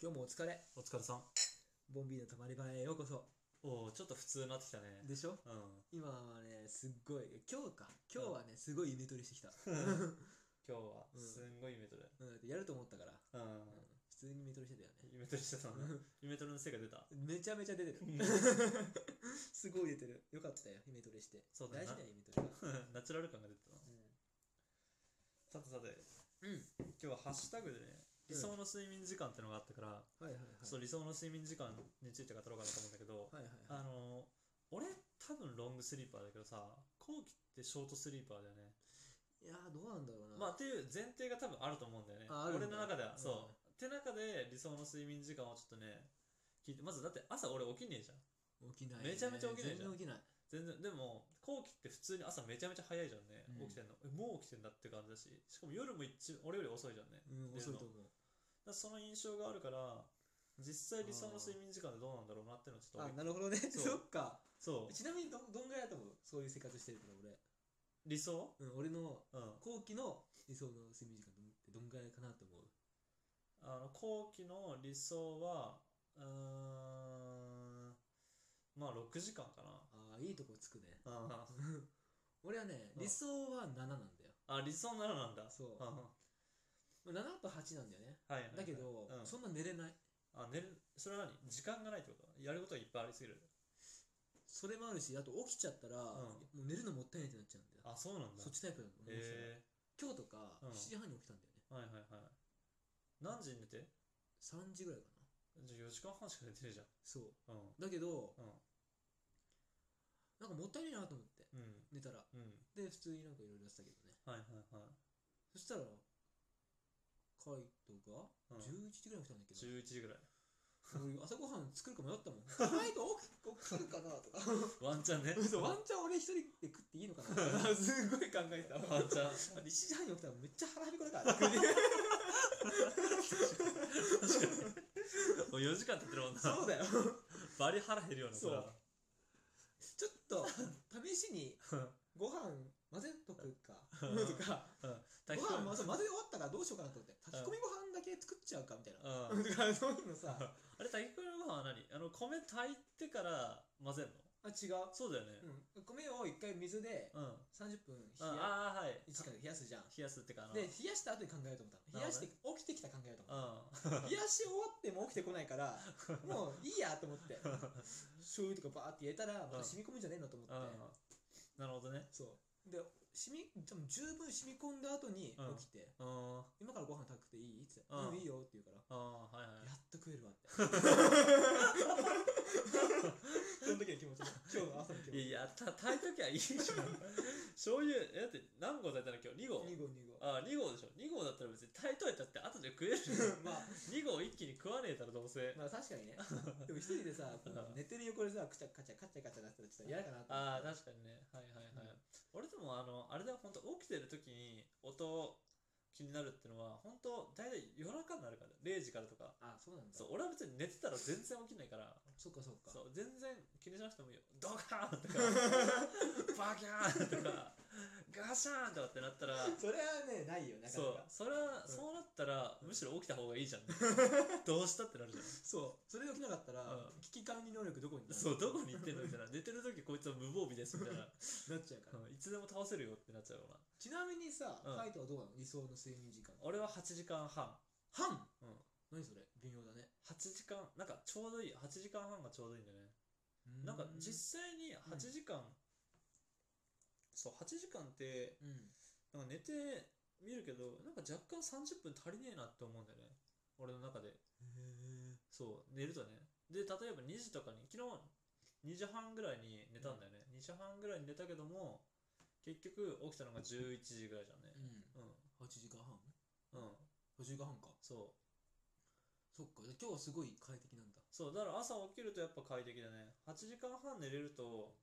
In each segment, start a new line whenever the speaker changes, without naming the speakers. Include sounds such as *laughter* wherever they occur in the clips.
今日もお疲れ
お疲れさん。
ボンビーのたまり場へようこそ
おお、ちょっと普通になってきたね。
でしょ
うん。
今はねすっごい今日か今日はねすごいイメトレしてき *laughs* た、
今日は、
うん
すんごいイメトレ。
うん、やると思ったから、
う
うん
ん。
普通にイメトレしてたよね
イメトレしてたな。 *laughs* イメトレの成果出た。 *laughs*
めちゃめちゃ出てる *laughs* すごい出てるよかったよイメトレして
そうだ
大
な
事だよイメトレは、
ナチュラル感が出てたな。さてさて、
うん、うん
今日はハッシュタグでね、
うん
理想の睡眠時間ってのがあったから、
はいはいはい
そう理想の睡眠時間について語ろうかなと思うんだけど、
はいはいはい
あのー、俺多分ロングスリーパーだけどさ、後期ってショートスリーパーだよね。
いやーどうなんだろうな
まあっていう前提が多分あると思うんだよね
ああ。るんだ
俺の中では、
うん
そう。って中で理想の睡眠時間をちょっとね、聞いて、まずだって朝俺起きねえじゃん。
起きない、
めちゃめちゃ起きな
全
いじゃん
然起きない
全然でも後期って普通に朝めちゃめちゃ早いじゃんね、
うん
起きてんのえもう起きてんだって感じだししかも夜も一俺より遅いじゃんね、
うん
出
遅
る
い
の
と思う
だからその印象があるから実際理想の睡眠時間ってどうなんだろうなっていうのをちょっ
あ
と
なるほどね
そう
*laughs* そっか
そう
ちなみにどどんぐらいだと思うそういう生活してるから俺
理想
うん、俺の
うん
後期の理想の睡眠時間ってどんぐらいかなと思う
あの後期の理想はうーんまあ6時間か
ああいいとこつくね
なあ
俺はね
うん
理想は7なんだよ
*laughs* あ理想ならなんだ
そう
あ
まあ7と8なんだよね
はいはいはい
だけど、
うん
そんな寝れない
あ寝るそれは何時間がないってことやることがいっぱいありすぎる
それもあるしあと起きちゃったら、もう寝るのもったいないってなっちゃうんだよ
あそうなんだ
そっちタイプだと思う
へえ
今日とか
うん
7時半に起きたんだよね
はいはいはい。何時に寝て
3時ぐらいかな
じゃあ ?4 時間半しか寝てるじゃん。
そう
うん。
だけど
うん。
なんかもったいないなと思って
うん。
寝たら
うん。
で普通になんかいろいろやってたけどね
はいはいはい。
そしたらカイトが
うん
11時ぐらいに起きたんだけど、
11時ぐらい。
俺朝ごはん作るか迷ったもん。ないと起き起きるかなとか。
ワンチャンね。
そうワンチャン俺一人で食っていいのかなすごい考えたわ。
ワンチャン。
1時半に起きたらめっちゃ腹減りこだから。そ
もう4時間経ってるもんな。
うだよ。
バリ腹減るような。
そう
れは
ちょっと試しにご飯混ぜとくか。とか。
うん。
ご
炊き
飯
込み
まそう混ぜ終わったからどうしようかなと思って。炊き込みご飯だけ作っちゃうかみたいな。
うん。
だからそういうのさ。あ
あれ、炊き込みご飯は何あの、米炊いてから混ぜるの
違う。
そうだよね。
うん、米を一回水で
うん。
30分冷
あ
や
あー、はい。
1時間冷やすじゃん。
冷やすってかな。
で、冷やした後に考えようと思ったの。冷やして
な
起きてきた考えようと思った
う。ん。
冷やし終わっても起きてこないから
*laughs*
もういいやと思って醤油とかバーって入れたらまた染み込むんじゃねえのと思って
*laughs* うん。なるほどね。
そうで染み多分十分染み込んだ後に
うん
起きて
うん。あ
今からご飯炊くていいって言っ
うん
てうんいいよって言うから
あ、はいはい。
やっと食えるわって
*laughs*
その時の気持ちだ今日の朝の気持ち
いや、た炊いときゃいいでしょ。 *laughs* 醤油、えだって何合炊いたの今日 ?2 合。
2号2号
ああ、2合でしょ。2合だったら別に炊いといたって後で食えるじゃ
*laughs*
*laughs*
まあ
2合一気に食わねえだろ、どうせ。
まあ確かにねでも一人でさこう寝てる横でさくちゃくちゃカチャカチャなってたらちょっと嫌かなと思
ああ、
って
確かにね。はいはいはい。
うん
俺でも、あの、あれだよ、ほんと起きてる時に音気になるってのは、本当大体夜中になるから、0時からとか。
あそうなんだ
そ、
そう
俺は別に寝てたら全然起きないから、
っかそっか
そう、全然気にしなくてもいいよ。ドカーンとか、 *laughs* バキャーンとか、ガシャーンとかってなったら、
それはねないよなかなか
そう、それは、
うん
そうなったら、むしろ起きた方がいいじ *laughs* ゃんね。どうしたってなるじゃん。
そう、それが起きなかったら、
うん
危機管理能力どこになる
そう、どこに行ってんのみたいな。寝てる時こいつは無防備ですみたいな。
なっちゃうから。
うんいつでも倒せるよってなっちゃうよな。
ちなみにさ、
うん
カイトはどうなの理想の睡眠時間。
俺は8時間半。
半
うん。
何それ微妙だね。
8時間、なんかちょうどいい。8時間半がちょうどいいんだよね。なんか実際に8時間、そう、8時間って、
うん。
なんか寝てみるけど、なんか若干30分足りねえなって思うんだよね。俺の中で。
へ
そう、寝るとね。で、例えば2時とかに、昨日2時半ぐらいに寝たんだよね。2時半ぐらいに寝たけども、結局起きたのが11時ぐらいじゃんね
え。う。
う
8
ん
時間半
ん、うん、
?8 時間半か。
そう。
そっか、じゃあ今日はすごい快適なんだ。
そう、だから朝起きるとやっぱ快適だね。8時間半寝れると、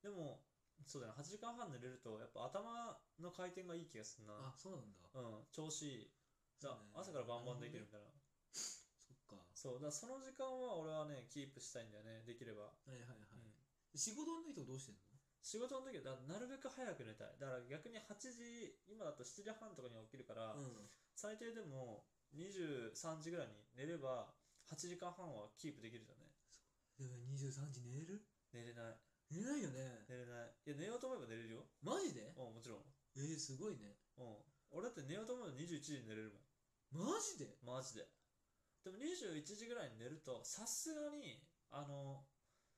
でも、そうだね、8時間半寝れると、やっぱ頭の回転がいい気がする
あ、
な。
そうなんだ。
うん、調子いい。じ
そ
ゃ
うね
朝からバンバンできるみたいな。
そっか。
そう、だからその時間は俺はね、キープしたいんだよね、できれば。
はいはいはい。
うん
仕事の人はどうしてんの
仕事の時はだなるべく早く寝たいだから逆に8時今だと7時半とかに起きるから、
うん。
最低でも23時ぐらいに寝れば8時間半はキープできるじゃんね
でも23時寝れる
寝れない
寝れないよね
寝れないいや寝ようと思えば寝れるよ
マジで
うんもちろん
えー、すごいね
うん俺だって寝ようと思えば21時に寝れる
マジで
もんマジででも21時ぐらいに寝るとさすがにあの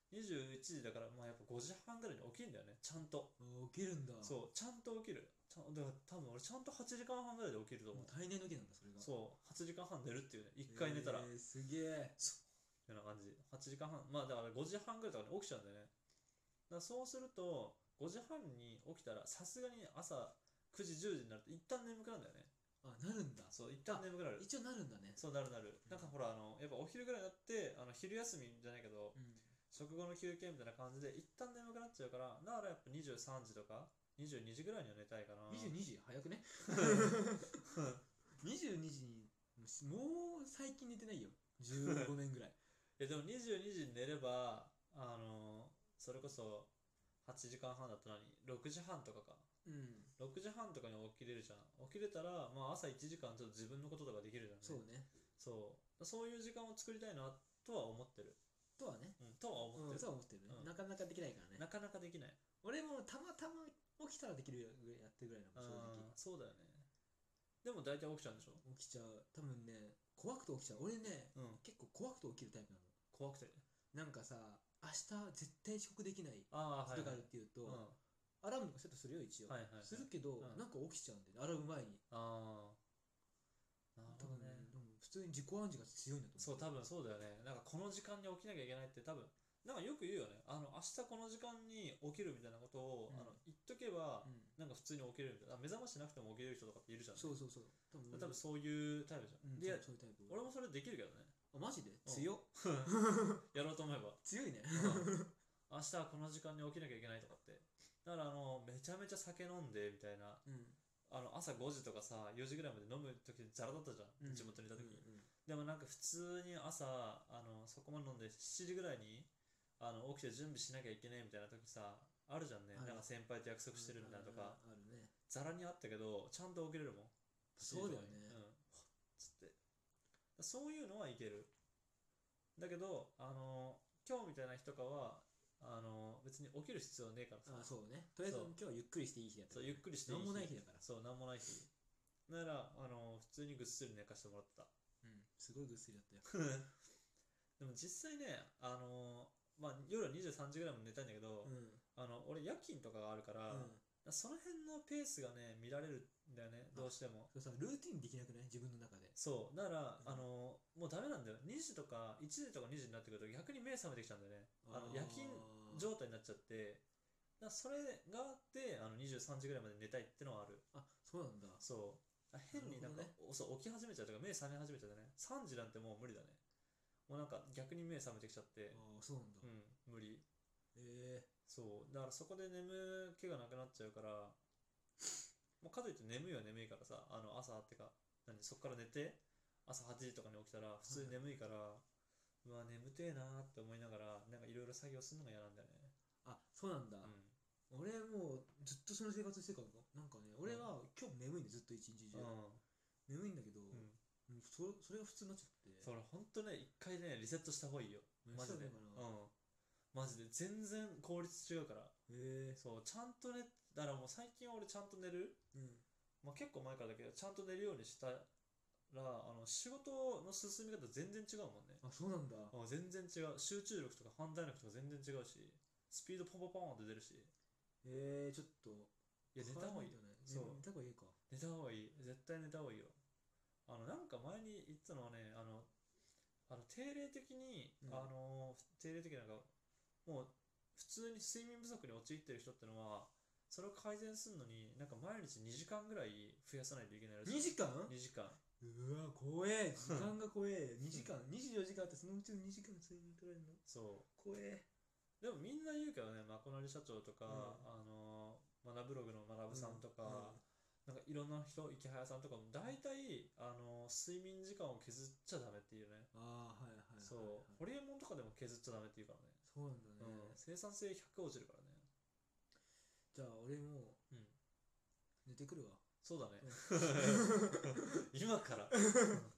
21時だからまあやっぱ5時半ぐらいに起きるんだよねちゃんと
あ起きるんだう
そうちゃんと起きるちゃんだから多分俺ちゃんと8時間半ぐらいで起きると思
もう
う
体内時計なんだそれがう
そう8時間半寝るっていうね1回寝たら
えー、すげえ
ような感じ8時間半まあだから5時半ぐらいとかに起きちゃうんだよねだからそうすると5時半に起きたらさすがに朝9時10時になると一旦眠くなるんだよね
あなるんだ
そう一旦眠くなる
一応なるんだね
そうなるな
う
る、
ん
なんかほらあのやっぱお昼ぐらいになってあの昼休みじゃないけど
うん
食後の休憩みたいな感じで一旦眠くなっちゃうからだからやっぱ23時とか22時ぐらいには寝たいかな
22時早
*laughs*
くね22時にもうしもう最近寝てないよ15年
*laughs*
ぐらい
いやでも22時に寝ればあのそれこそ8時間半だったら何6時半とかか
うん
6時半とかに起きれるじゃん起きれたら、まあ、朝1時間ちょっと自分のこととかできるじゃんね
そうね
そうそういう時間を作りたいなとは思ってる、
とはね
うん、とは思
うん
って
と
る、
は思ってるね、
うん
なかなかできないからね
なかなかできない
俺もたまたま起きたらできるぐらいやってるぐらいなの正
あーそうだよねでも大体起きちゃうんでしょ、
直起きちゃう多分ね怖くて起きちゃう俺ね
うん、
結構怖くて起きるタイプなの
怖くて
なんかさ明日絶対遅刻できない
ああは
人
いは
があ
い、
るっていうと、
うん、
アラームとかセットするよ一応、
はいはいはい
するけど、
うん
なんか起きちゃうんだよねアラーム前に
ああなる
多
ほ
分
ど
ね
ね、
でも普通に自己暗示が強いんだと
そ
思う
う多分そうだよねなんかこの時間に起きなきゃいけないって多分なんかよく言うよねあの明日この時間に起きるみたいなことを、
うん
あの言っとけば、
うん、
なんか普通に起きれるみたいなあ目覚ましなくても起きれる人とかっているじゃん、ね、
そうそうそう多分
多分そういうタイプじゃん、
うん、
で
そうそういうタイプ
俺もそれできるけどね
あマジで強っ
やろうと思えば
強
*laughs*
いね
うん明日はこの時間に起きなきゃいけないとかってだからあのめちゃめちゃ酒飲んでみたいな
うん
あの朝5時とかさ4時ぐらいまで飲む時ザラだったじゃん、地元にいた時、
うんうん
でもなんか普通に朝あのそこまで飲んで7時ぐらいにあの起きて準備しなきゃいけないみたいな時さあるじゃんね、
ある
なんか先輩と約束してるみたいなとか、
あるね
ザラにあったけどちゃんと起きれるもん
そうだよね
うんつってそういうのはいけるだけどあの今日みたいな日とかはあの別に起きる必要ねえからさ
あそうねとりあえず
そう
今日はゆっくりしていい日だった
そうゆっくりして
なんもない
日
日だから
そうなんもない日ならあの普通にぐっすり寝かしてもらってた
うんすごいぐっすりだったよ
でも実際ね、あのまあ、夜は23時ぐらいまで寝たいんだけど、
うん
あの俺夜勤とかがあるから、
うん
その辺のペースがね見られるんだよね
あ
どうしても
そうさルーティンできなくない自分の中で
そうだから、
うん
あのもうダメなんだよ2時とか1時とか2時になってくると逆に目覚めてきちゃうんだよねあの
ー
夜勤状態になっちゃってだからそれがあってあの23時ぐらいまで寝たいってのはある
あそうなんだ
そうあ変になんか
なる
おそう起き始めちゃうとか目覚め始めちゃうね3時なんてもう無理だねもうなんか逆に目覚めてきちゃって
ああそうなんだ
うん、無理。
え
そう。だからそこで眠気がなくなっちゃうから、まあ、かといって眠いは眠いからさ、あの朝ってか、何そこから寝て、朝8時とかに起きたら、普通に眠いから、うわ、眠てえなーって思いながら、なんかいろいろ作業するのが嫌なんだよね。
ーあそうなんだ
う
俺もうずっとその生活してるからなんかね俺は今日眠いんでずっと一日中
ん。
眠いんだけど
うん。
うん
うん。
そそれが普通になっちゃって
それほんとね、一回ね、リセットした方がいいよ。マジで。う
そ
ん
うなの。
マジで、全然効率違うから。
へえ
そう、ちゃんと寝、だからもう最近は俺ちゃんと寝る
うん
まあ、結構前からだけどちゃんと寝るようにしたらあの仕事の進み方全然違うもんね
あそうなんだ
あ全然違う集中力とか判断力とか全然違うしスピードポンポンポンって出るしい
えー、ちょっと
や寝た方がいいよ
そ
そうう
寝た方がいいか
寝た方がいい絶対寝た方がいいよあのなんか前に言ってたのはねあのあの定例的に、
うん
あの定例的になんかもう普通に睡眠不足に陥ってる人ってのはそれを改善するのになんか毎日2時間ぐらい増やさないといけないらしい
2時間
2時間
うわ怖え時間が怖え2時間24時間あってそのうちの2時間睡眠取られるの
そう
怖え
でもみんな言うけどね、まこなり社長とか、
うん
あのー、マナブログの学ぶさんとか、
うん
なんかいろんな人、池早さんとかも、大体、あのー、睡眠時間を削っちゃダメっていうね。
ああはいはいはい、はい、
そう、ホリエモンとかでも削っちゃダメっていうからね。
そうなんだね、
うん、生産性100落ちるからね。
じゃあ俺もう
うん
寝てくるわ
そうだね。
うん
*laughs* 今から。うん